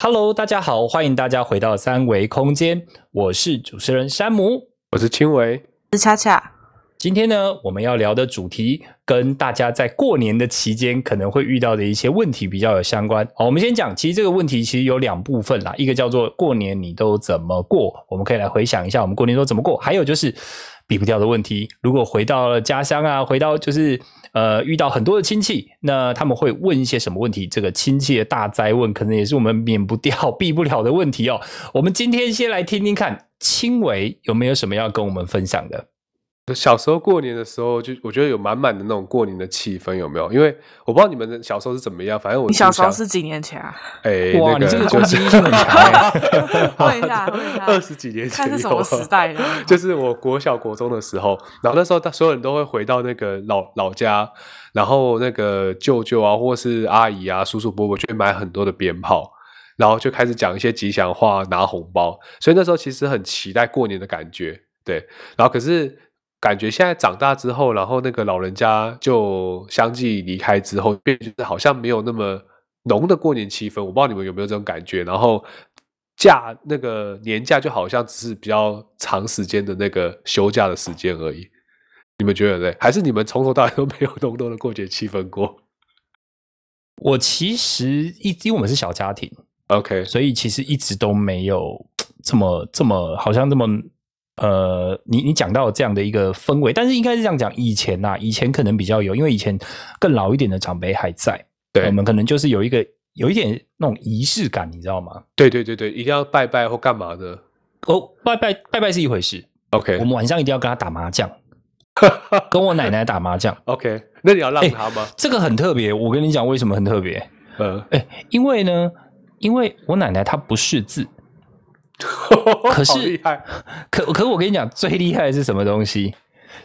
Hello，大家好，欢迎大家回到三维空间，我是主持人山姆。我是青维，是恰恰，今天呢，我们要聊的主题跟大家在过年的期间可能会遇到的一些问题比较有相关。好，我们先讲，其实这个问题其实有两部分啦，一个叫做过年你都怎么过，我们可以来回想一下我们过年都怎么过，还有就是避不掉的问题。如果回到了家乡啊，回到就是呃遇到很多的亲戚，那他们会问一些什么问题？这个亲戚的大灾问，可能也是我们免不掉、避不了的问题哦。我们今天先来听听看，青伟有没有什么要跟我们分享的？小时候过年的时候，就我觉得有满满的那种过年的气氛，有没有？因为我不知道你们的小时候是怎么样，反正我你小时候印象是几年前 啊？哎，哇那个你这个就攻是击 性很强哎问一下问一下二十几年前看有？是什么时代的 就是我国小国中的时候，然后那时候大所有人都会回到那个老老家，然后那个舅舅啊，或是阿姨啊、叔叔伯伯就会买很多的鞭炮，然后就开始讲一些吉祥话、拿红包，所以那时候其实很期待过年的感觉，对。然后可是感觉现在长大之后，然后那个老人家就相继离开之后，变就是好像没有那么浓的过年气氛。我不知道你们有没有这种感觉。然后假那个年假就好像只是比较长时间的那个休假的时间而已。你们觉得嘞？还是你们从头到尾都没有浓浓的过节气氛过我其实一，因为我们是小家庭， ？OK，所以其实一直都没有这么这么好像这么呃，你你讲到这样的一个氛围，但是应该是这样讲，以前呐、以前可能比较有，因为以前更老一点的长辈还在，对我们可能就是有一个有一点那种仪式感，你知道吗？对对对对，一定要拜拜或干嘛的哦，拜拜拜拜是一回事， ？OK 我们晚上一定要跟他打麻 将，跟我奶奶打麻将， OK，那你要让哎他 吗？这个很特别。我跟你讲为什么很特别，嗯， 哎，因为呢，因为我奶奶她不识字，可是好厉害，可可我跟你讲，最厉害的是什么东西？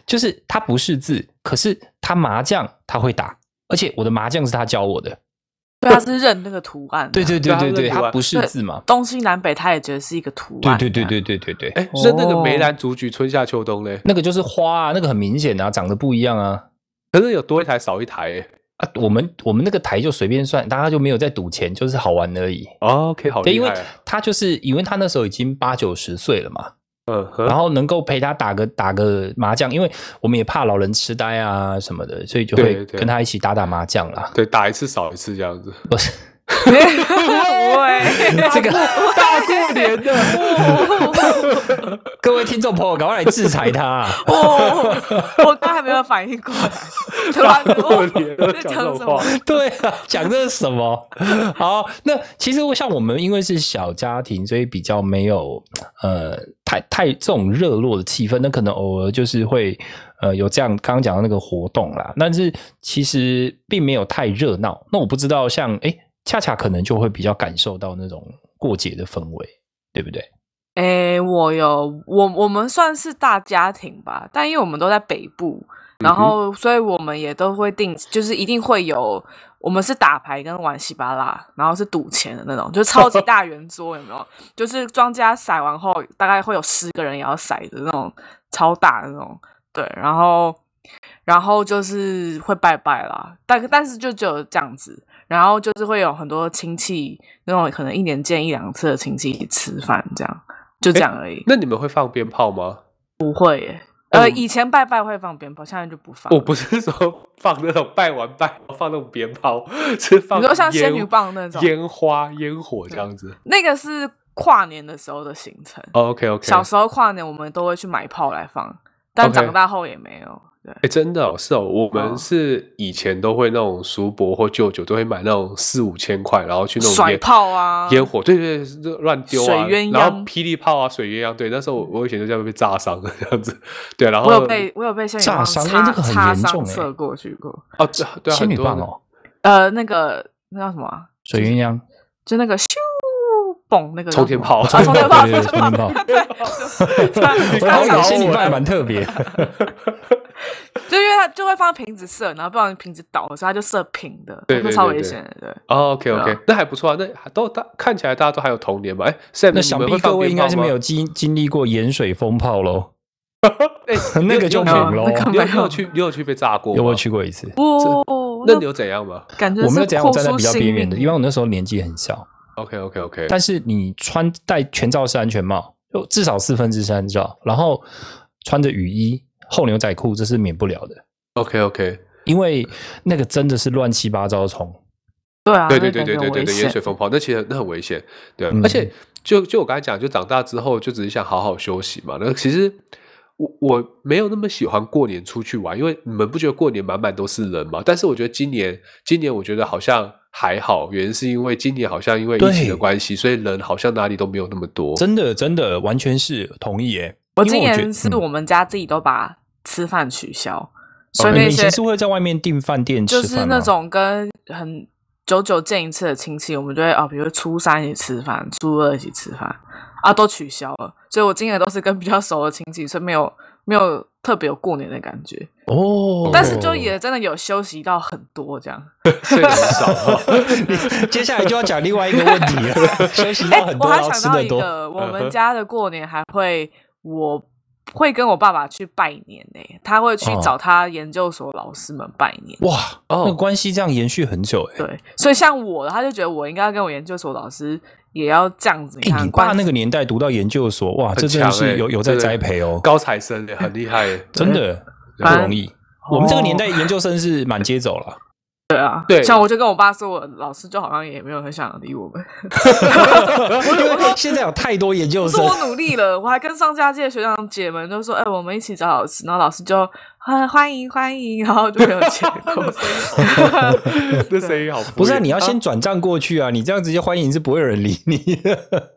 就是他不识字，可是他麻将他会打，而且我的麻将是他教我的。对，他是认那个图案的，对对对对对，对啊他不识字嘛。东西南北他也觉得是一个图对案，对对， 对对对对，哎，是那个梅哦兰竹菊春夏秋冬嘞？那个就是花啊，那个很明显啊，长得不一样啊。可是有多一台少一台哎。啊，我们我们那个台就随便算，大家就没有在赌钱，就是好玩而已。哦 OK，好对，厉因为害啊。他就是因为他那时候已经八九十岁了嘛，嗯然哼，后能够陪他打个打个麻将，因为我们也怕老人痴呆啊什么的，所以就会对对跟他一起打打麻将 啦。对，打一次少一次这样子。对，这 个大过年的， 各位听众朋友，赶快来制裁他、啊哦， 我刚还没有反应过来，突然大过年我的在啊讲讲这什种么话？， 对啊，讲这是什么？ 好，那其实我像我们因为是小家庭，所以比较没有呃太太这种热络的气氛。那可能偶尔就是会呃有这样刚刚讲到那个活动啦，但是其实并没有太热闹。那我不知道像诶恰恰可能就会比较感受到那种过节的氛围，对不对？诶，我有我我们算是大家庭吧，但因为我们都在北部，然后所以我们也都会定，就是一定会有，我们是打牌跟玩稀巴拉，然后是赌钱的那种，就是超级大圆桌，有没 有？就是庄家骰完后，大概会有十个人也要骰的那种超大的那种，对，然后然后就是会拜拜啦，但但是就只有这样子，然后就是会有很多亲戚那种可能一年见一两次的亲戚一起吃饭这样。就这样而已。那你们会放鞭炮吗？呃，以前拜拜会放鞭炮，现在就不放了。我不是说放那种拜完拜放那种鞭炮，是放你说像仙烟女棒那种，烟花、烟火这样子。哦那个是跨年的时候的行程。 OK OK，小时候跨年我们都会去买炮来放，但 OK 长大后也没有。对，哎，真的哦是哦，我哦们是以前都会那种叔伯或舅舅都会买那种四五千块，然后去那种甩烟炮啊烟火，对对对，乱丢啊，水鸳鸯嗯然后霹雳炮啊，水鸳鸯，对，那时候我我以前就这样被炸伤的这样子，对，然后我有被我有被仙女炸棒伤擦这个很擦严重伤欸射过去过。哦，对啊对啊，仙很女多棒人哦，呃，那个那叫什么啊？水鸳鸯，就那个咻嘣那个叫冲天什么炮，啊，冲天炮，对对对冲天炮，冲对，就是对你我刚好刚像搞仙女我棒了还蛮特别 的。就因为他就会放瓶子射，然后不然瓶子倒了，所以他就射平的，对对那超对危对险的。对，哦，OK OK，、对啊那还不错啊，那还都大看起来大家都还有童年嘛。哎，Sam，那你想们必会放各位鞭应该炮是没吗有，经经历过盐水风炮喽。，哎 那你有个就你没有有去咯那个你有没你有去你有去被炸过吗？有我有去过一次，哦，那你有怎样吗？感觉我没有是怎样，豁我站在出比较性边缘命的，因为我那时候年纪很小。 OK OK OK，但是你穿戴全罩式安全帽，就至少四分之三罩，然后穿着雨衣、厚牛仔裤，这是免不了的， OK OK，因为那个真的是乱七八糟虫。对啊，对对那对感对觉对很对危对，险盐水风炮那其实那很危险，对啊，嗯而且就就我刚才讲，就长大之后就只是想好好休息嘛。那其实我我没有那么喜欢过年出去玩，因为你们不觉得过年满满都是人嘛？但是我觉得今年今年我觉得好像还好，原因是因为今年好像因为疫情对的关系，所以人好像哪里都没有那么多。真的真的完全是同意耶。我因为今觉得年是嗯我们家自己都把吃饭取消，所以哦你那以些前是会在外面订饭店吃就饭是吗那种跟很久久见一次的亲戚，我们就会啊，比如初三一起吃饭，初二一起吃饭啊，都取消了。所以我今年都是跟比较熟的亲戚，所以没有没有特别有过年的感觉，哦，但是就也真的有休息到很多这样。 睡得很少啊，接下来就要讲另外一个问题 了，休息哎、到很我多，还然后吃想到的一多。 个，我嗯们哼家的过年还会，我会跟我爸爸去拜年呢、他会去哦找他研究所老师们拜年。哇，哦那个关系这样延续很久哎、对，所以像我，他就觉得我应该要跟我研究所老师也要这样子。你哎看，你爸关哦那个年代读到研究所，哇，很这真的强欸是有有在真的栽培哦，高材生欸很厉害欸。真的不反正容易。我们这个年哦代研究生是满街走 了，对，像我就跟我爸说，我老师就好像也没有很想理我们。因为现在有太多研究我说生，我努力了，我还跟上下届的学长姐们就说，哎、我们一起找老师，然后老师就 啊欢迎欢迎，然后就没有结果。 这声音好敷衍，不是、啊、你要先转账过去啊，你这样直接欢迎是不会有人理你的。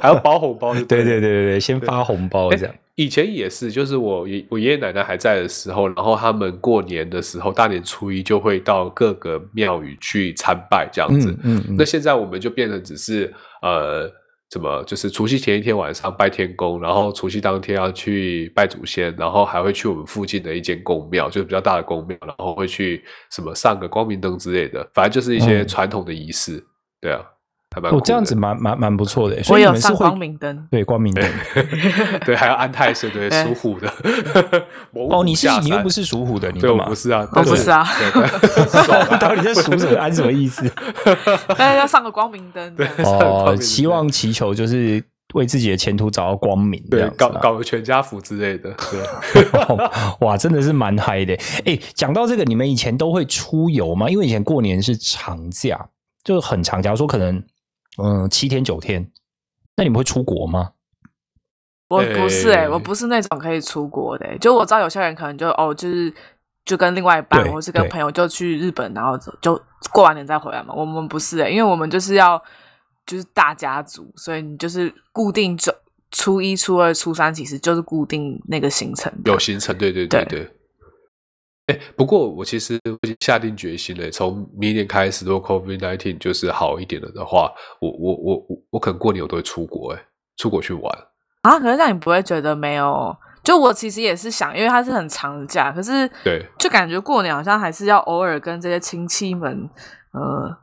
还要包红包就对了对对对对，哎先发红包这样。以前也是，就是我爷我爷爷奶奶还在的时候，然后他们过年的时候，大年初一就会到各个庙宇去参拜这样子。嗯嗯嗯那，现在我们就变成只是呃，怎么就是除夕前一天晚上拜天公，然后除夕当天要去拜祖先，然后还会去我们附近的一间公庙，就是比较大的公庙，然后会去什么上个光明灯之类的，反正就是一些嗯传统的仪式。对啊，还蛮哦酷，这样的子蛮蛮蛮不错 的。所我以你有们是上会光明 灯，对光明灯对，还要安太岁，对，哎属虎 的。 猛哦，虎你是下你又山不是属虎的，你对，干我嘛不是啊，我不对是啊， 对爽啊到底在数什么安什么意思？但是要上个光明灯这样子。哦，期望祈求就是为自己的前途找到光明，这 对样，子搞啊搞个全家福之类的，对， 哇，真的是蛮嗨的。哎，讲到这个，你们以前都会出游吗？因为以前过年是长假，就很长，假如说可能嗯七天九天，那你们会出国吗？我不是哎、哎我不是那种可以出国的欸、就我知道有些人可能就哦，就是就跟另外一半对或是跟对朋友就去日本，然后就过完年再回来嘛。我们不是哎、因为我们就是要就是大家族，所以你就是固定周初一、初二、初三，其实就是固定那个行程的。有行程，对对对对。哎，不过我其实我已经下定决心了，从明年开始，如果 COVID nineteen 就是好一点了的话，我我我我我可能过年我都会出国，哎，出国去玩。啊，可是这样你不会觉得没有？就我其实也是想，因为它是很长的假，可是对就感觉过年好像还是要偶尔跟这些亲戚们呃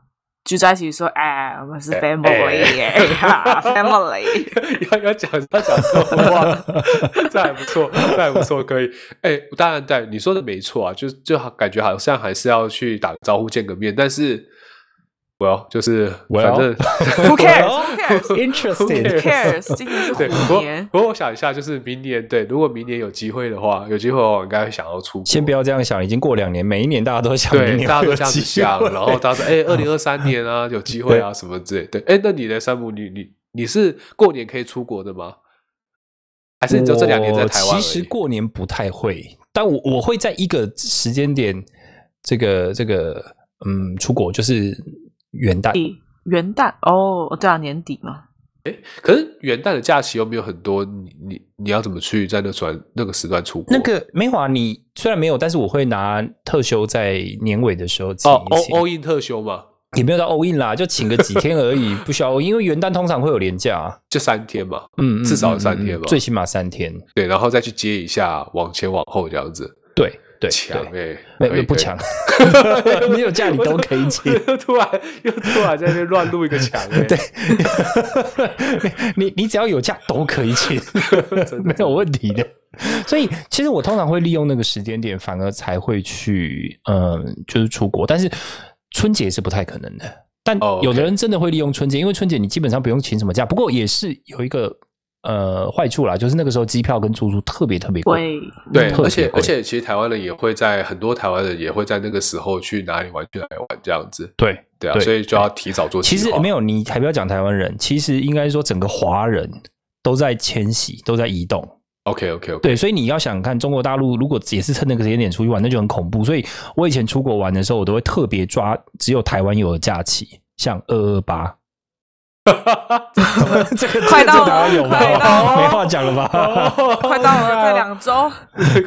聚在一起说，哎，我们是 family 耶、哈 family。 要要讲要讲这种话，这还不错，这还不错，可以。哎、当然对，你说的没错啊，就就好感觉好像还是要去打个招呼、见个面，但是我要就是反 Well 正 Who cares? Who cares? Interested. Who cares? 今年是对，不虎过年。不过我想一下，就是明年对，如果明年有机会的话，有机会我应该会想要出 国。先不要这样想，已经过两年，每一年大家都想，明对，年大家会都有这样子机会 想，然后大家说，哎、2二零二三年啊，有机会啊，什么之类。对，哎、那你呢，山姆，你你你是过年可以出国的吗？还是你就这两年在台湾而我已？其实过年不太会，但我我会在一个时间点，这个这个嗯，出国就是元旦。元旦哦，对啊，年底嘛，可是元旦的假期又没有很多，你你你要怎么去在那转那个时段出国？那个没有啊，你虽然没有，但是我会拿特休在年尾的时候请哦一请， ，all all in 特休嘛，也没有到 all in 啦，就请个几天而 已，不需要 all in，因为元旦通常会有连假啊，就三天嘛，嗯，嗯至少嗯三嗯天吧最起码三天，对，然后再去接一下，往前往后这样子，对对强对，哎、没可以有不， 强， 没有假你都可以请可以。 又突然又突然在那边乱录一个强哎、 对，你你只要有假都可以请， 没有问题的。 所以其实我通常会利用那个时间点，反而才会去，嗯、就是出国。但是春节是不太可能的，但哦，OK 有的人真的会利用春节，因为春节你基本上不用请什么假，不过也是有一个呃坏处啦，就是那个时候机票跟住宿特别特别贵。对嗯对，特而别且贵而且其实台湾人也会在很多台湾人也会在那个时候去哪里玩去哪里玩这样子，对，对啊，对所以就要提早做计其划。实没有，你还不要讲台湾人，其实应该说整个华人都在迁徙，都在移动。 OK OK OK，对，所以你要想看中国大陆，如果也是趁那个时间点出去玩，那就很恐怖。所以我以前出国玩的时候，我都会特别抓只有台湾有的假期，像二二八，这个快这个台到了湾有吗？快到了 没话讲了吧？ 快到了，再两周。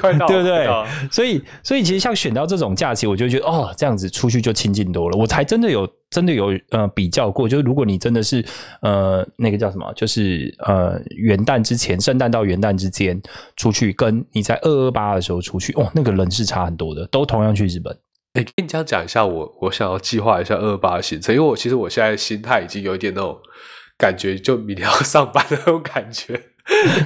快到了，对不快对到了？所以，所以其实像选到这种假期，我就觉得哦，这样子出去就亲近多了。我才真的有真的有呃比较过，就是如果你真的是呃那个叫什么，就是呃元旦之前，圣诞到元旦之间出去，跟你在二二八的时候出去，哦，那个人是差很多的，都同样去日本。哎，跟你这样讲一下，我我想要计划一下二八行程，因为我其实我现在心态已经有一点那种感觉，就明天要上班的那种感觉，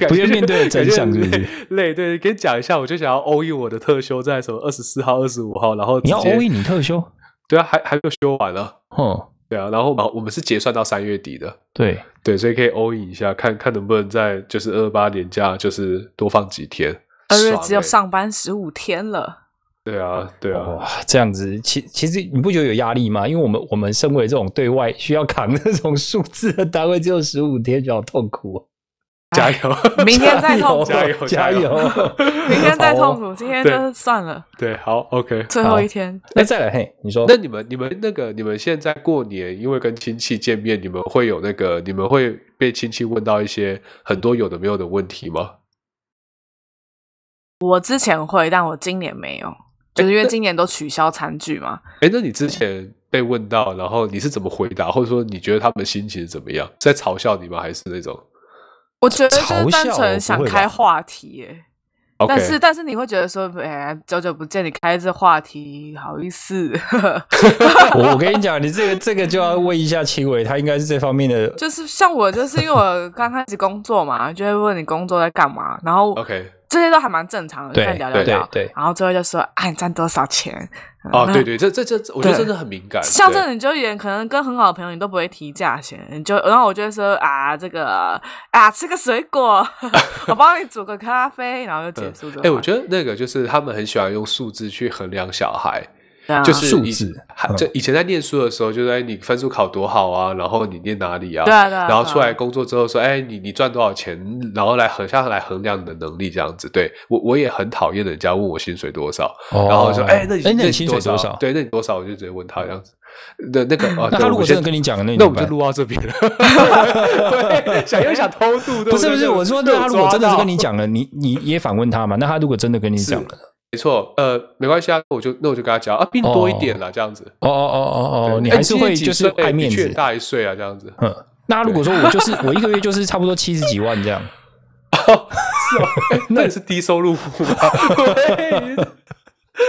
感觉不愿面对的真相感觉是不是累累，对，跟你讲一下，我就想要欧一我的特休在什么二十四号、二十五号，然后你要直接欧一你特休，对啊，还还没有休完啊，哦，对啊，然后我们我们是结算到三月底的，对，对，所以可以欧一一下，看看能不能在就是二八年假就是多放几天，二月爽只有欸上班十五天了，对啊，对啊，哇，这样子，其其实你不觉得有压力吗？因为我们我们身为这种对外需要扛那种数字的单位，只有十五天，就好痛苦、哦。加油！ 明天再痛 苦，加油加油油！明天再好痛哦。苦，今天对就算了，对，好，OK，最后一天。那再来，嘿，你说那你们、你们那个、你们现在过年，因为跟亲戚见面，你们会有那个，你们会被亲戚问到一些很多有的没有的问题吗？我之前会，但我今年没有，就是因为今年都取消餐具嘛。哎，那你之前被问到，然后你是怎么回答，或者说你觉得他们心情怎么样？是在嘲笑你吗？还是那种我觉得就是嘲笑哦单纯想开话题耶， ？OK，但是但是你会觉得说，哎，久久不见，你开这话题，好意思， 我我跟你讲，你这个这个就要问一下秦伟，他应该是这方面的。就是像我，就是因为我刚开始工作嘛，就会问你工作在干嘛，然后 OK，这些都还蛮正常的，就对开始聊聊对聊，对，然后最后就说，哎，你赚多少钱？哦，嗯对对，这这这，我觉得真的很敏感。像这啊对种你就也可能跟很好的朋友，你都不会提价钱，你就然后我就会说啊，这个啊，吃个水果， 我帮你煮个咖啡，然后就结束这个话题。哎、我觉得那个就是他们很喜欢用数字去衡量小孩，对啊就是数以字还嗯就以前在念书的时候，就哎在你分数考多好啊，然后你念哪里啊，对啊对啊然后对啊出来工作之后说，哎，你你赚多少钱，然后来衡下来衡量你的能力这样子。对我我也很讨厌人家问我薪水多少，然后我说，哎，那你哎，那那你薪水多多少？对，那你多少？我就直接问他这样子。那那个 啊，那对他如我果先真 的跟你讲，那你那怎我么们办就录到这边了。 对想又想偷渡，对不是对不是，被我说，被那他如果抓真的是到跟你讲了，你你也反问他嘛？那他如果真的跟你讲了，没错，呃，没关系啊，那我就那我就跟他讲啊，并多一点啦，这样子。哦哦哦哦哦，对你哎还是今年会几就是岁爱面的确子。大一岁啊，这样子。嗯，那如果说我就是 我一个月就是差不多七十几万这样，是哦，哎那也是低收入户吧？喂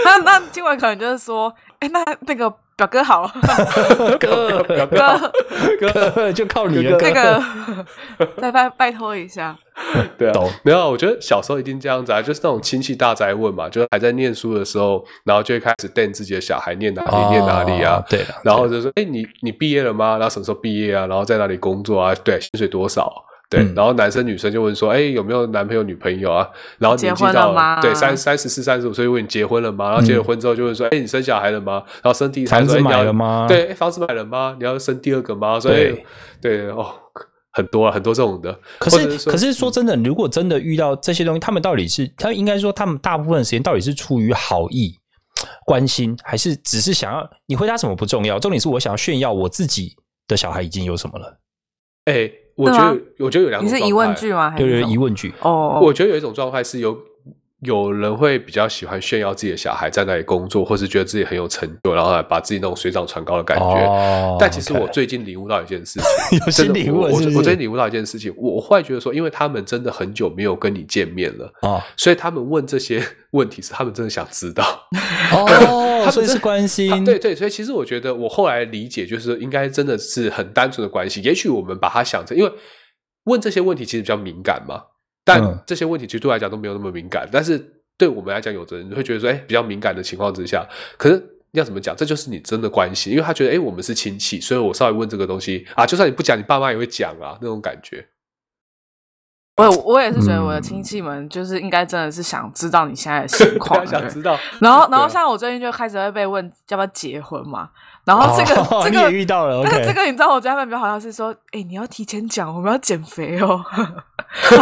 那那今晚可能就是说，哎，那那个表哥好， 哥表哥哥哥就靠你了，那哥个 再拜拜托一下， 对啊懂，没有啊，我觉得小时候一定这样子啊，就是那种亲戚大宅问嘛，就是还在念书的时候，然后就会开始瞪自己的小孩念哪里念哪里啊哦，对了，然后就说，哎，你你毕业了吗？然后什么时候毕业啊？然后在哪里工作啊？对，薪水多少？对嗯，然后男生女生就问说，哎，有没有男朋友女朋友啊？然后年纪结婚到了吗对，三三十四、三十五岁就问你结婚了吗？然后结了婚之后就问说，哎，你生小孩了吗？然后生第一嗯胎房说子哎你要买了吗？对，诶房子买了吗？你要生第二个吗？所以对对哦，很多啊，很多这种的。可或者是，说可是说真的，如果真的遇到这些东西，他们到底是，他应该说，他们大部分的时间到底是出于好意、关心，还是只是想要你回答什么不重要，重点是我想要炫耀我自己的小孩已经有什么了，哎、我觉对啊得有我觉得有两哎你种是状疑问态啊句吗？还对是对什对，么疑？问句。哦，我觉得有一种状态是有有人会比较喜欢炫耀自己的小孩在那里工作，或是觉得自己很有成就，然后来把自己那种水涨船高的感觉。哦但其实我 OK 最近领悟到一件事 ，情有 真新的领悟我了我是不我最是近领悟到一件事情，我我忽然觉得说，因为他们真的很久没有跟你见面了，哦所以他们问这些 问题是他们真的想知道。 哦，他所以们是是关心，啊对对，所以其实我觉得我后来理解就是应该真的是很单纯的关系。也许我们把它想成，因为问这些问题其实比较敏感嘛，嗯但这些问题其实对我来讲都没有那么敏感，但是对我们来讲，有的人会觉得说，哎，比较敏感的情况之下，可是要怎么讲？这就是你真的关系，因为他觉得哎，诶我们是亲戚，所以我稍微问这个东西啊，就算你不讲，你爸妈也会讲啊，那种感觉。我也我也是觉得我的亲戚们就是应该真的是想知道你现在的情况他，嗯 想对知道，然后，然对后啊像我最近就开始会被问要不要结婚嘛，然后啊这个、哦这你也个，遇到了，但是 OK 这个你知道，我觉得他们比较好像是说，哎、你要提前讲，我们要减肥哦，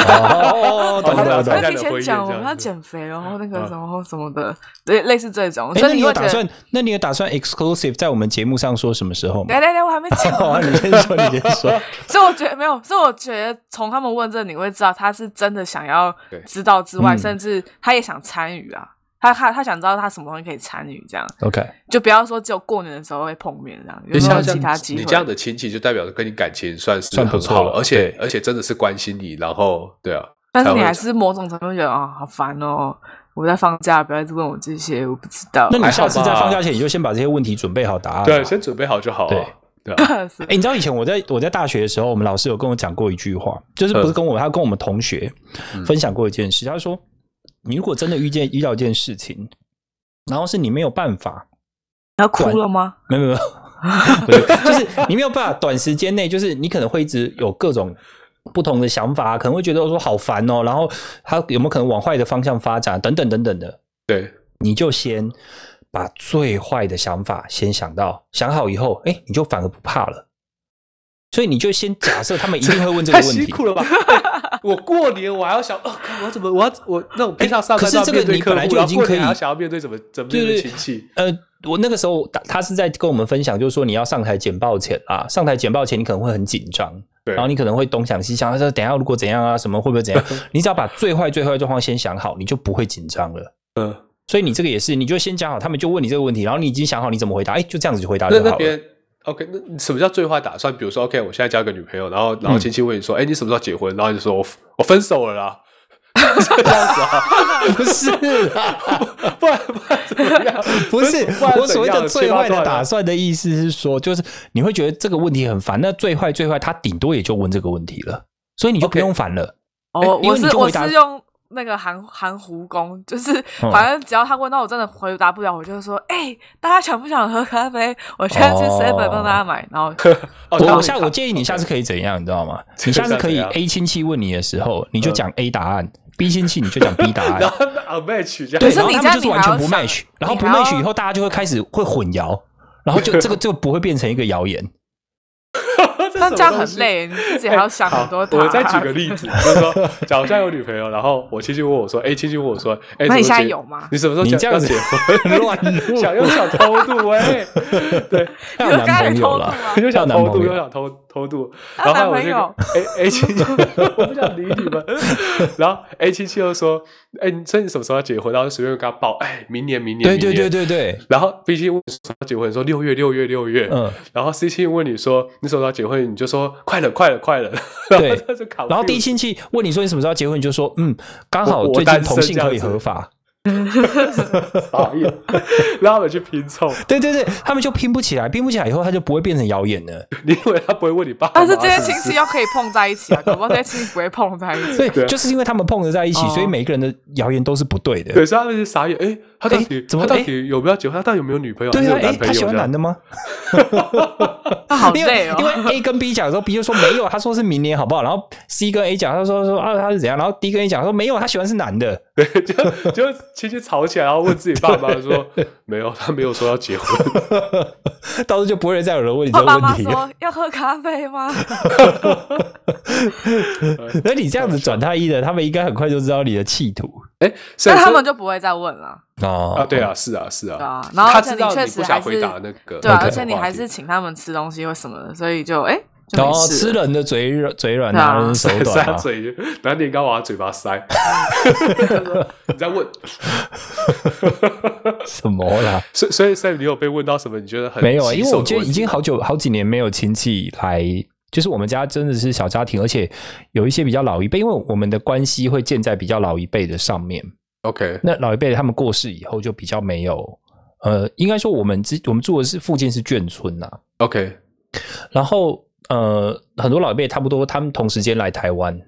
哦， 懂他懂打懂算。要参加提你的前婚宴讲，这我样们要子减肥哦，那个嗯什么什么的，对，类似这种，哎，所那以你会有觉打得，算？那你有打算 exclusive 在我们节目上说什么时候吗？来来来，我还没讲完， 哦，你先说，你先 说。所以我觉得没有，所以我觉得从他们问这，你会知道他是真的想要对知道之外，嗯甚至他也想参与啊，他他他想知道他什么东西可以参与，这样 OK，就不要说只有过年的时候会碰面这样，有就没有像其他机你会？这样的亲戚，就代表跟你感情算是算不很错好了而且对而且真的是关心你，然后对啊，但是才你会还是某种程度觉得啊、好烦哦！我在放假，不要一直问我这些，我不知道。那你还下好次在吧放假前，你就先把这些问题准备好答案。啊对，先准备好就好啊。对啊，是哎、你知道以前我在我在大学的时候，我们老师有跟我讲过一句话，就是不是嗯跟我，他跟我们同学嗯分享过一件事，他说，你如果真的遇见遇到一件事情，然后是你没有办法，你要哭了吗？没有 没有，不是，就是你没有办法短时间内，就是你可能会一直有各种。不同的想法，可能会觉得说好烦哦，然后他有没有可能往坏的方向发展，等等等等的，对，你就先把最坏的想法先想到，想好以后，哎，你就反而不怕了。所以你就先假设他们一定会问这个太问辛题。苦 了吧？哎我过年我还要想，哦，看我要怎么，我要我那种平常上哎可班是都要这个面对你客本来户，就然已后经过可年还以要想要面对怎么怎么对面对对对亲戚，呃，我那个时候他他是在跟我们分享，就是说你要上台简报前啊，上台简报前你可能会很紧张，对然后你可能会东想西想，他说等一下如果怎样啊，什么会不会怎 样？你只要把最坏最坏的状况先想好，你就不会紧张了。嗯。所以你这个也是，你就先讲好，他们就问你这个问题，然后你已经想好你怎么回答，哎，就这样子就回答就那好了。那别人 OK，那什么叫最坏打算？比如说 OK，我现在交一个女朋友，然后然后嗯亲戚问你说，哎、你什么时候结婚？然后你就说我我分手 了啦，是这样子啊？ 不是啦，不然不然怎么样？不是分手不然我所谓怎的样最坏的打，切算的意思是说，就是你会觉得这个问题很烦，那最坏最坏，他顶多也就问这个问题了，所以你就不 OK 用烦了。哦，哎我因我为你是就我回答是用那个含含糊功，就是嗯反正只要他问到我真的回答不了，我就会说，哎、大家想不想喝咖啡？我现在去哦 seven 帮大家买，然后八段啊我哦，我下我建议你下次可以怎样，你知道 吗？你下次可以这个是怎 A 亲戚问你的时候，你就讲 A 答案；B 亲戚你就讲 B 答 然案。后 unmatch 这样，对，可是然后你他们这样就是你完还全要不想 match，然后你不还要 match 以后，大家就会开始会混淆，然后就 这个就不会变成一个谣言。那那这样很。累，你自己还要想哎好很多，啊答案。我再举个例子，就是说，假如我现在有女朋友，然后我亲戚问我说：“哎，亲戚问我说，哎，那你现什么时候在结有吗你什么时候你想这样子要结 婚？乱入 想又想偷渡哎，对，还你有有男刚才朋偷友渡啦，吗？又想还有男偷朋渡，友又想偷偷渡，啊 然后还有男朋这友个 A A 哎亲戚，我不想理你们。然后 A 亲戚又说：“哎，你所以你什么时候要结婚？”然后就随便跟他报：“哎，明年，明年，对明对对对年。”对，然后 B 亲问你什么时候结婚，说六月，六月，六月。嗯。然后 C 亲问你说你什么时候要结婚，你就说快了，快了，快了。 然后对他就卡。然后第一亲戚问你说你什么时候要结婚，你就说嗯，刚好我我最近单身同性可以这样子合法。傻 眼，让他们去拼凑。对对对，他们就拼不起来，拼不起来以后他就不会变成谣 言了。你以为他不会问你爸妈？啊但是这些不亲戚又可以碰在一起啊，搞不好这些亲戚不会碰在一起。对，对啊就是因为他们碰得在一起，哦所以每一个人的谣言都是不对的。对，所以他们就傻眼。哎，他到哎底怎么他到哎底有没有结婚？他到底有没有女朋友？对还啊，哎，是有男他朋友喜欢这样男的吗？那好因为累哦。因为 A 跟 B 讲的时候，B 就说没有，他说是明年好不好？然后 C 跟 A 讲，他说说啊他是怎样？然后 D 跟 A 讲说没有，他喜欢是男的。 就就亲戚吵起来，然后问自己爸妈说没有，他没有说要结婚。到时候就不会再有人问你这我个爸妈问题了。说要喝咖啡吗？ 那你这样子转太一的，他们应该很快就知道你的企图哎，所以那他说们就不会再问了，哦啊，对，啊，是啊，是对啊啊。然后他而且知你道确你实不还想是回答那个，对啊， OK 而且你话还题是 请他们吃东西或什么的，所以就哎就然没后事哦吃了。人的嘴软，嘴软对啊拿人手塞短 塞啊。嘴，拿年糕往他嘴巴塞。你在问， 什么啦？所以所以所以你有被问到什么？你觉得很没有啊，棘因为手我的觉得问已题经吗好久好几年没有亲戚来，就是我们家真的是小家庭，而且有一些比较老一辈，因为我们的关系会建在比较老一辈的上面。 OK，那老一辈他们过世以后，就比较没有，呃，应该说我们之我们住的是附近是眷村呐、啊 OK，然后呃，很多老一辈差不多他们同时间来台湾，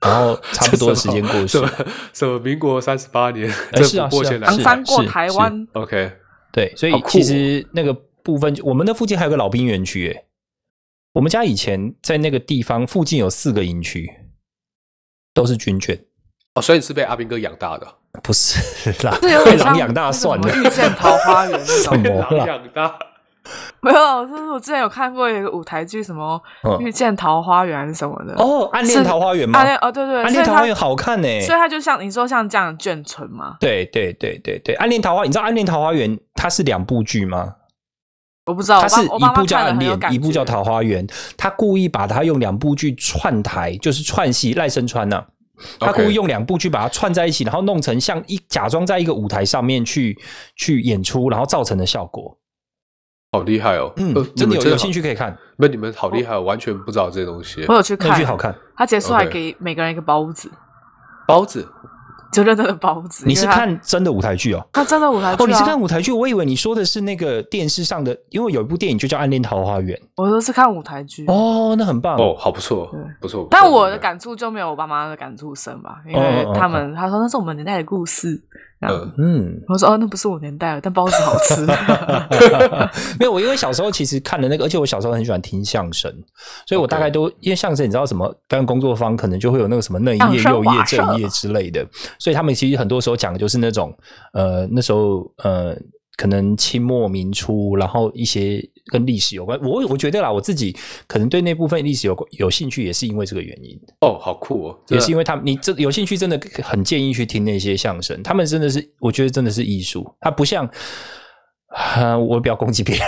然后差不 多时间过世什，么什么民国三十八年哎是政啊府过 是啊线来是啊刚翻过是台湾， ，OK，对，所以好酷哦其实那个部分，我们那附近还有个老兵园区，诶，我们家以前在那个地方附近有四个营区，都是军犬，哦，所以你是被阿兵哥养大的，不是 啦，这啊有被点像狼养大算了那，种遇见桃花源那什种。么被狼啦？ 养大，没有，就是我之前有看过一个舞台剧，什么嗯《遇见桃花源》什么的。哦，暗恋是桃花源吗？暗恋哦，对对，暗恋所以桃它花源好看呢、所以它就像你说像这样眷村嘛，对对对对对，《暗恋桃花》，你知道《暗恋桃花源》它是两部剧吗？我不知道，它哦是我爸我一爸妈部叫《看暗的很有恋》，感一部叫《觉桃花源》。他故意把它用两部剧串台，就是串戏。赖声川呐、啊他 OK 故意用两部剧把它串在一起，然后弄成像一假装在一个舞台上面去去演出，然后造成的效果。好厉害哦！嗯呃，真的有有兴趣？趣可以看，那你们好厉害，哦，完全不知道这些东西我。有去那看剧，好哦看。他结束还 OK 给每个人一个包子，包子，就认真的包子。你因为是他看真的舞台剧哦？他真的舞台剧、啊？哦，你是看舞台剧？我以为你说的是那个电视上的，因为有一部电影就叫《暗恋桃花源我都是看舞台剧》。哦，那很棒哦，好不错对，不错。不错但我的，感触就没有我爸妈的感触深吧，因为哦哦哦他们他说那是我们年代的故事，然后嗯，嗯，我说哦那不是我年代的，但包子好 吃。没有，我因为小时候其实看了那个，而且我小时候很喜欢听相声，所以我大概都因为相声，你知道什么表演工作坊可能就会有那个什么内相业、声右业、瓦舍正业之类的，所以他们其实很多时候讲的就是那种呃那时候呃可能清末民初，然后一些跟历史有关。我我觉得啦，我自己可能对那部分历史有关有兴趣，也是因为这个原因。哦，好酷哦，也是因为为他们，你这有兴趣真的很建议去听那些相声，他们真的是，我觉得真的是艺术，它不像，啊，我不要攻击别人，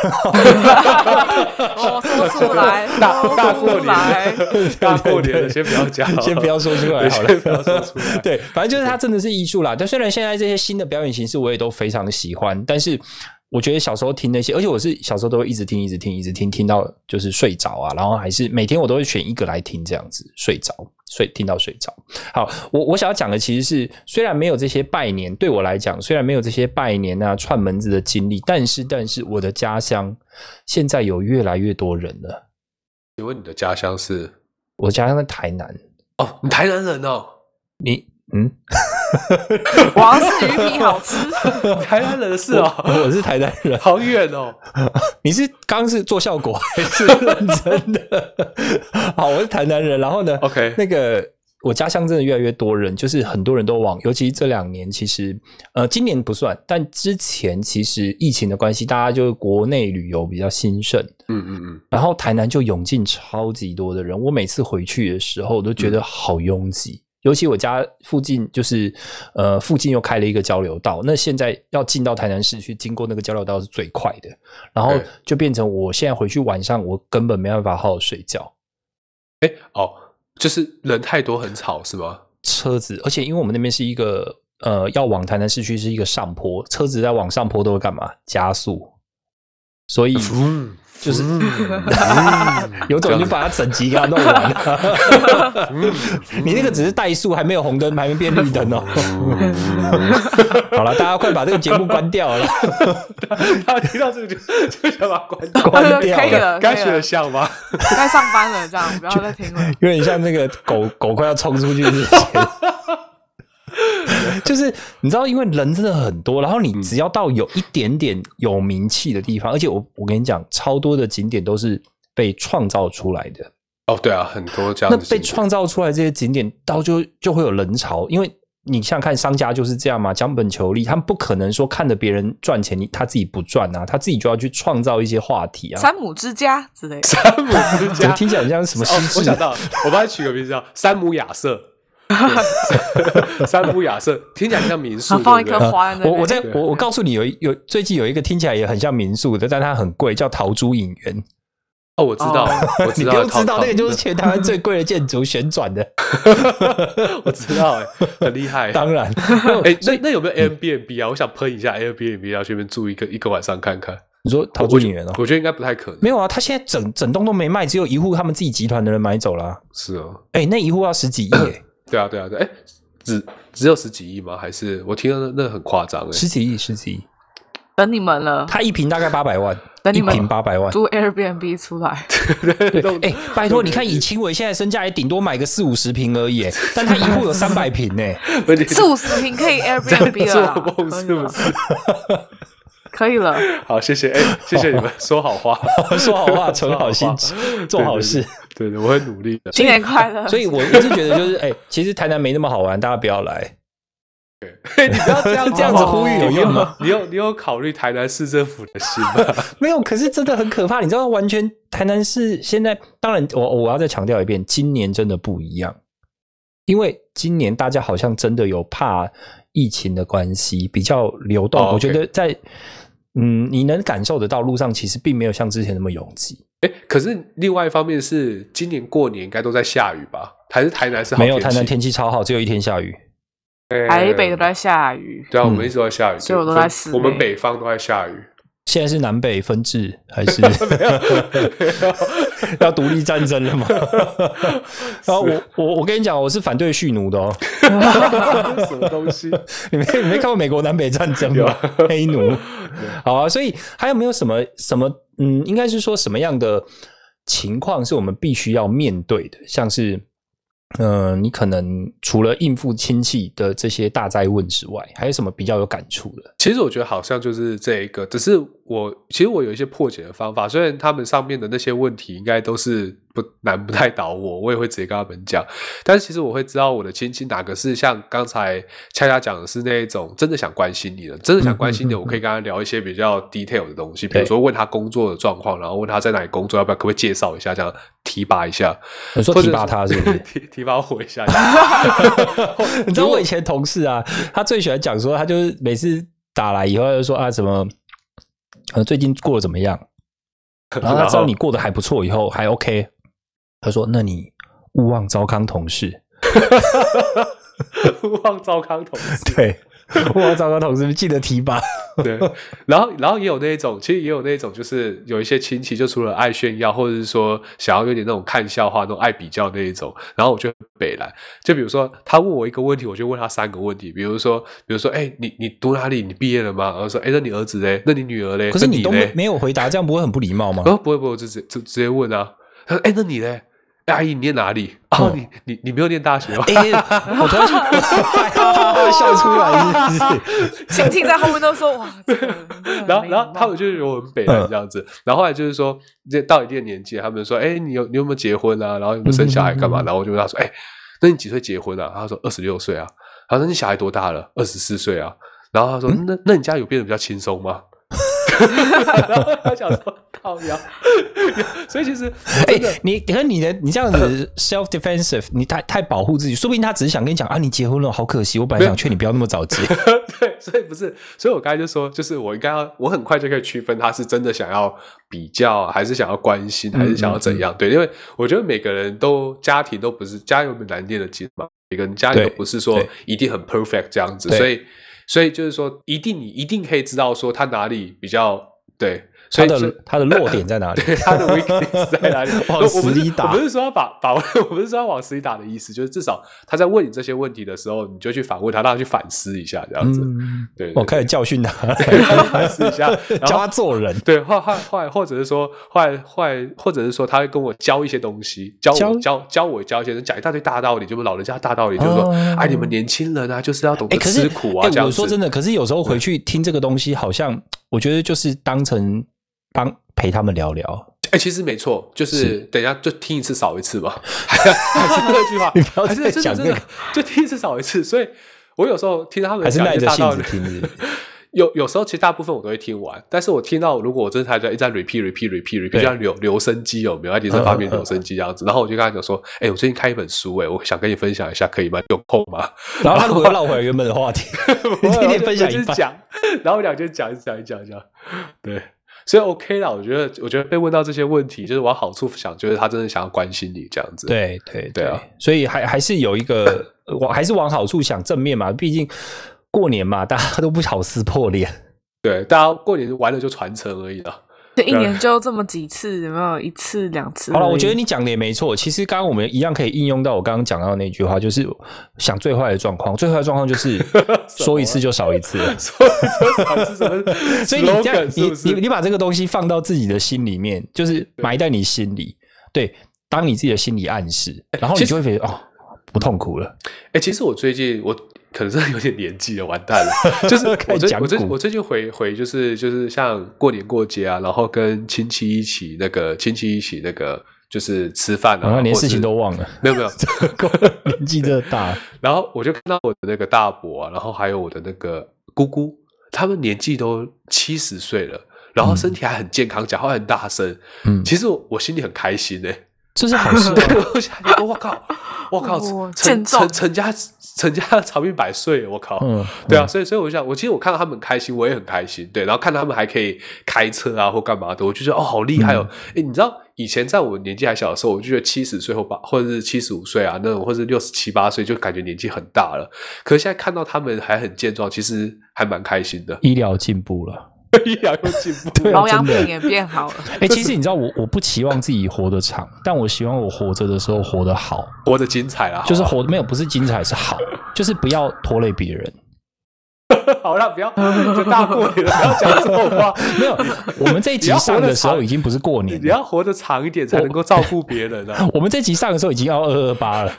我说出来， 大说大出过来年， 大过年的， 先不要讲， 先不要说出来对好了， 先不要说出来对，反正就是它真的是艺术啦。但虽然现在这些新的表演形式我也都非常的喜欢，但是我觉得小时候听那些，而且我是小时候都会一直听，一直听，一直听，听到就是睡着啊，然后还是每天我都会选一个来听，这样子睡着，睡听到睡着。好，我我想要讲的其实是，虽然没有这些拜年，对我来讲，虽然没有这些拜年啊串门子的经历，但是但是我的家乡现在有越来越多人了。请问你的家乡是？我家乡在台南，哦，你台南人 哦，你嗯，王氏鱼皮好 吃。台南人是我 哦，我是台南人，好远哦，你是刚是做效果还是认真的？好，我是台南人，然后呢 OK 那个我家乡真的越来越多人，就是很多人都往，尤其这两年，其实呃，今年不算，但之前其实疫情的关系，大家就国内旅游比较兴盛，嗯嗯嗯，然后台南就涌进超级多的人。我每次回去的时候，我都觉得好拥挤。尤其我家附近就是，呃，附近又开了一个交流道，那现在要进到台南市区，经过那个交流道是最快的，然后对就变成我现在回去晚上我根本没办法好好睡觉，哦，就是人太多很吵是吗？车子，而且因为我们那边是一个呃要往台南市区是一个上坡，车子在往上坡都会干嘛？加速，所以嗯，就是嗯有种就把它整集给它弄完。你那个只是怠速，还没有红灯，还没变绿灯哦。嗯好了，大家快把这个节目关掉了。 他听到这个就就想把它关掉。关掉可以了，可该以学的了，像吗？该上班了，这样不要 再听了。有点像那个狗狗快要冲出去之前。就是你知道，因为人真的很多，然后你只要到有一点点有名气的地方，而且我我跟你讲，超多的景点都是被创造出来的。哦，对啊，很多这样那子被 创造出来这些景点，到就就会有人潮，因为你想想看，商家就是这样嘛，讲本求利，他们不可能说看着别人赚钱，你他自己不赚啊，他自己就要去创造一些话题啊。山姆之家之类的，山姆之怎家么，听起来很像什么哦，我失智想？到了，我帮他取个名字叫山姆亚 瑟。对山姆亚瑟听起来像民然宿，后放一对不颗对花在我那边。我在对我我告诉你有一有最近有一个听起来也很像民宿的，但它很贵，叫桃珠影园。哦，我知道，我你知不道，用知道，套那个就是套全台湾最贵的建筑旋转的。我知道， 哎，很厉害。当然， 哎，那那有嗯没有 Airbnb 啊？我想喷一下 Airbnb，要去那边住一个一个晚上看看。你说桃珠我觉影园哦，我觉得应该不太可能。没有啊，它现在整整栋都没卖，只有一户他们自己集团的人买走了啊。是哦，哎，那一户要十几亿哎。 对啊，对啊，对。哎，只只有十几亿吗？还是我听到那那很夸张哎十。几亿，十几亿，等你们了，他一瓶大概八百万，等一你们瓶八百万。租 Airbnb 出来， 弄哎、拜托，你看以青伟现在身价也顶多买个四五十瓶而已，哎但他一户有三百瓶 呢。而 且啊四五十平可以 Airbnb 了啦做梦，是不是？可可以了，好，谢谢，哎、谢谢你 们说好话，说好 话，存好心，做好事。对，对对对我会努力的。新年快乐。所以我一直觉得就是，哎、其实台南没那么好玩，大家不要来。嘿，你不要这样 这样子呼 吁有你用吗你有你有考虑台南市政府的心吗？没有，可是真的很可怕，你知道，完全台南市现在，当然我我要再强调一遍，今年真的不一样，因为今年大家好像真的有怕疫情的关系，比较流动。哦，OK 我觉得在嗯，你能感受得到路上其实并没有像之前那么拥挤，哎、可是另外一方面是，今年过年应该都在下雨吧？还是台南是好没有气台南天气超好，只有一天下雨。哎台北都在下雨，对嗯啊，我们一直都在下雨，所以我都在室内我们北方都在下 雨，现在是南北分治还 是要独立战争 了吗？然后我我我跟你讲，我是反对蓄奴的哦。什么东西？ 你没你没看过美国南北战争有吗啊？ 黑 奴，好啊。所以还有没有什么什么？嗯，应该是说什么样的情况是我们必须要面对的？像是，嗯、你可能除了应付亲戚的这些大灾问之外，还有什么比较有感触的？其实我觉得好像就是这一个，只是我其实我有一些破解的方法，虽然他们上面的那些问题应该都是不难不太倒我，我也会直接跟他们讲，但是其实我会知道我的亲戚哪个是像刚才恰恰讲的是那一种真的想关心你的，真的想关心你嗯的，嗯嗯我可以跟他聊一些比较 detail 的东西，比对如嗯说问他工作的状况，然后问他在哪里工作，要不要可不可以介绍一下，这样提拔一下，你说或提者？拔他是不是 提提拔我一下？你知道我以前同事啊，他最喜欢讲说，他就是每次打来以后他就说啊什么，呃最近过得怎么样？ 然后他知道你过得还不错以后还 OK，他说那你勿忘糟糠同 事，勿忘糟糠同事。对，勿忘糟糠同事记得提拔，对，然后然后也有那一种，其实也有那一种，就是有一些亲戚就除了爱炫耀，或者是说想要有点那种看笑话、那种爱比较那一种，然后我就很北来，就比如说他问我一个问题，我就问他三个问题，比如说比如说，哎、你你读哪里？你毕业了吗？然后说，哎、那你儿子嘞？那你女儿嘞？可是那你你都嘞没？没有回答，这样不会很不礼貌吗？哦，不会不会，我就直接就直接问啊。他说，哎、那你嘞？哎阿姨，你念哪里？ 哦，嗯你你你没有念大学哦吗？哎，我突然 想 笑出来是不是？亲戚在后面都说哇，这个人真的很然后，嗯没然后礼貌他们就有很北嗯人这样子。然后后来就是说，这到一定的年纪，他们说：“哎，你有你有没有结婚啊？然后有没有生小孩干嘛？”嗯嗯嗯然后我就问他说：“哎，那你几岁结婚啊？”他说：“二十六岁啊。”然后那你小孩多大了？二十四岁啊。然后他说：“嗯那那你家有变得比较轻松吗？” 然后他想说：“靠呀！” 所以其实哎、你可是你的你这样子 self defensive，你太太保护自己，说不定他只是想跟你讲啊，你结婚了，好可惜，我本来想劝你不要那么早结。对，所以不是，所以我刚才就说，就是我应该要，我很快就可以区分他是真的想要比较，还是想要关心，还是想要嗯怎样。对，因为我觉得每个人都家庭都不是家有本难念的经嘛，每个人家里对都不是说对一定很 perfect 这样子，对所以所以就是说，一定你一定可以知道说他哪里比较对， 所他以就的他的弱点在哪里？？对他的 weakness 在哪里往我我不死是里打我不是说要把把， 我不是说要往死里打的意思，就是至少他在问你这些问题的时候，你就去反问他，让他去反思一下，这样子。嗯，对对我开始教训他，反思一下，然 教后他做人，对，后后后来，或者是说，后来后来，或者是说，他会跟我教一些东西，教教我教教我教一些，讲一大堆大道理，就是老人家大道理，就是说，哦哎，你们年轻人啊，就是要懂哎、得可是吃苦啊，哎这样我子。说真的，可是有时候回去听这个东西，好像我觉得就是当成帮陪他们聊聊，哎、其实没错，就是等一下就听一次少一次 嘛，还是那句话，你不要还是再真的讲真这的个就听一次少一次。所以我有时候听他们还是讲耐一些着大性道子理，听是不是 有有时候其实大部分我都会听完，但是我听到如果我真的还在一直在 repeat repeat repeat 对嗯 repeat，就像留留声机有没有？爱迪生发明留声机这样子，然后我就跟他讲说，哎、我最近看一本书、哎，我想跟你分享一下，可以吗？你有空吗？ 然后他如果绕回来原本的话题，你今天分享一就是半，讲，然后我俩就讲讲一讲一讲，对，所以 OK 啦，我觉得我觉得被问到这些问题，就是往好处想，就是他真的想要关心你这样子，对对对啊，所以还还是有一个，呃我还是往好处想，正面嘛，毕竟过年嘛，大家都不好撕破脸。对，大家过年玩了就传承而已啦。 就一年就这么几次，有没有一次两次而已？好了，我觉得你讲的也没错。其实刚刚我们一样可以应用到我刚刚讲到的那句话，就是想最坏的状况，最坏的状况就是 说一次就少一次。所以这少是什么 slogan？所以你这样，是不是你你你把这个东西放到自己的心里面，就是埋在你心里，对，当你自己的心理暗示，然后你哎其实就会觉得哦，不痛苦了。哎、其实我最近我可能真的有点年纪了，完蛋了。就是 开我始最讲我最古我最近回回就是就是像过年过节啊，然后跟亲戚一起那个亲戚一起那个就是吃饭啊，然后连或事情是都忘 了，没有没有。年纪真的大了，然后我就看到我的那个大伯、啊，然后还有我的那个姑姑，他们年纪都七十岁了，然后身体还很健康，讲话很大声。嗯，其实我我心里很开心呢、欸。这是好事 啊。我想说，我靠，我靠哇，陈健壮陈陈家陈家长命百岁，我靠。嗯，，对啊，所以所以我想，我其实我看到他们很开心，我也很开心。对，然后看他们还可以开车啊或干嘛的，我就觉得哦，好厉害哦！哎、你知道以前在我年纪还小的时候，我就觉得七十岁或八或者是七十五岁啊那种，或是六十七八岁，就感觉年纪很大了。可是现在看到他们还很健壮，其实还蛮开心的 医疗进步了。依然又进步。对啊保养真的品也变好了。哎、其实你知道我，我不期望自己活得长，但我希望我活着的时候活得好，活得精彩啊啦，就是活没有不是精彩，是好，就是不要拖累别人。 好了，不要就大过年了，不要讲这种话。 没有，我们这一集上的时候已经不是过年你了，要活得长一点，才能够照顾别人啊！ 我们这集上的时候已经要二二八了，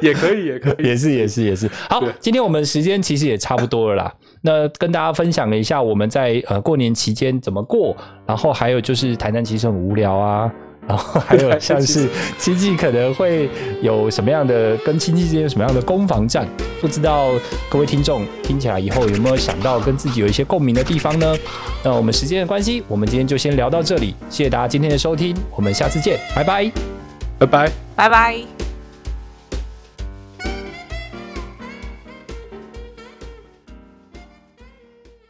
也可以，也 可以。也是也是也是。好对，今天我们时间其实也差不多了啦。那跟大家分享了一下我们在呃过年期间怎么过，然后还有就是台南其实很无聊啊。然后还有像是亲戚可能会有什么样的跟亲戚之间有什么样的攻防战，不知道各位听众听起来以后有没有想到跟自己有一些共鸣的地方呢？那我们时间的关系，我们今天就先聊到这里，谢谢大家今天的收听，我们下次见，拜拜。拜拜。拜拜。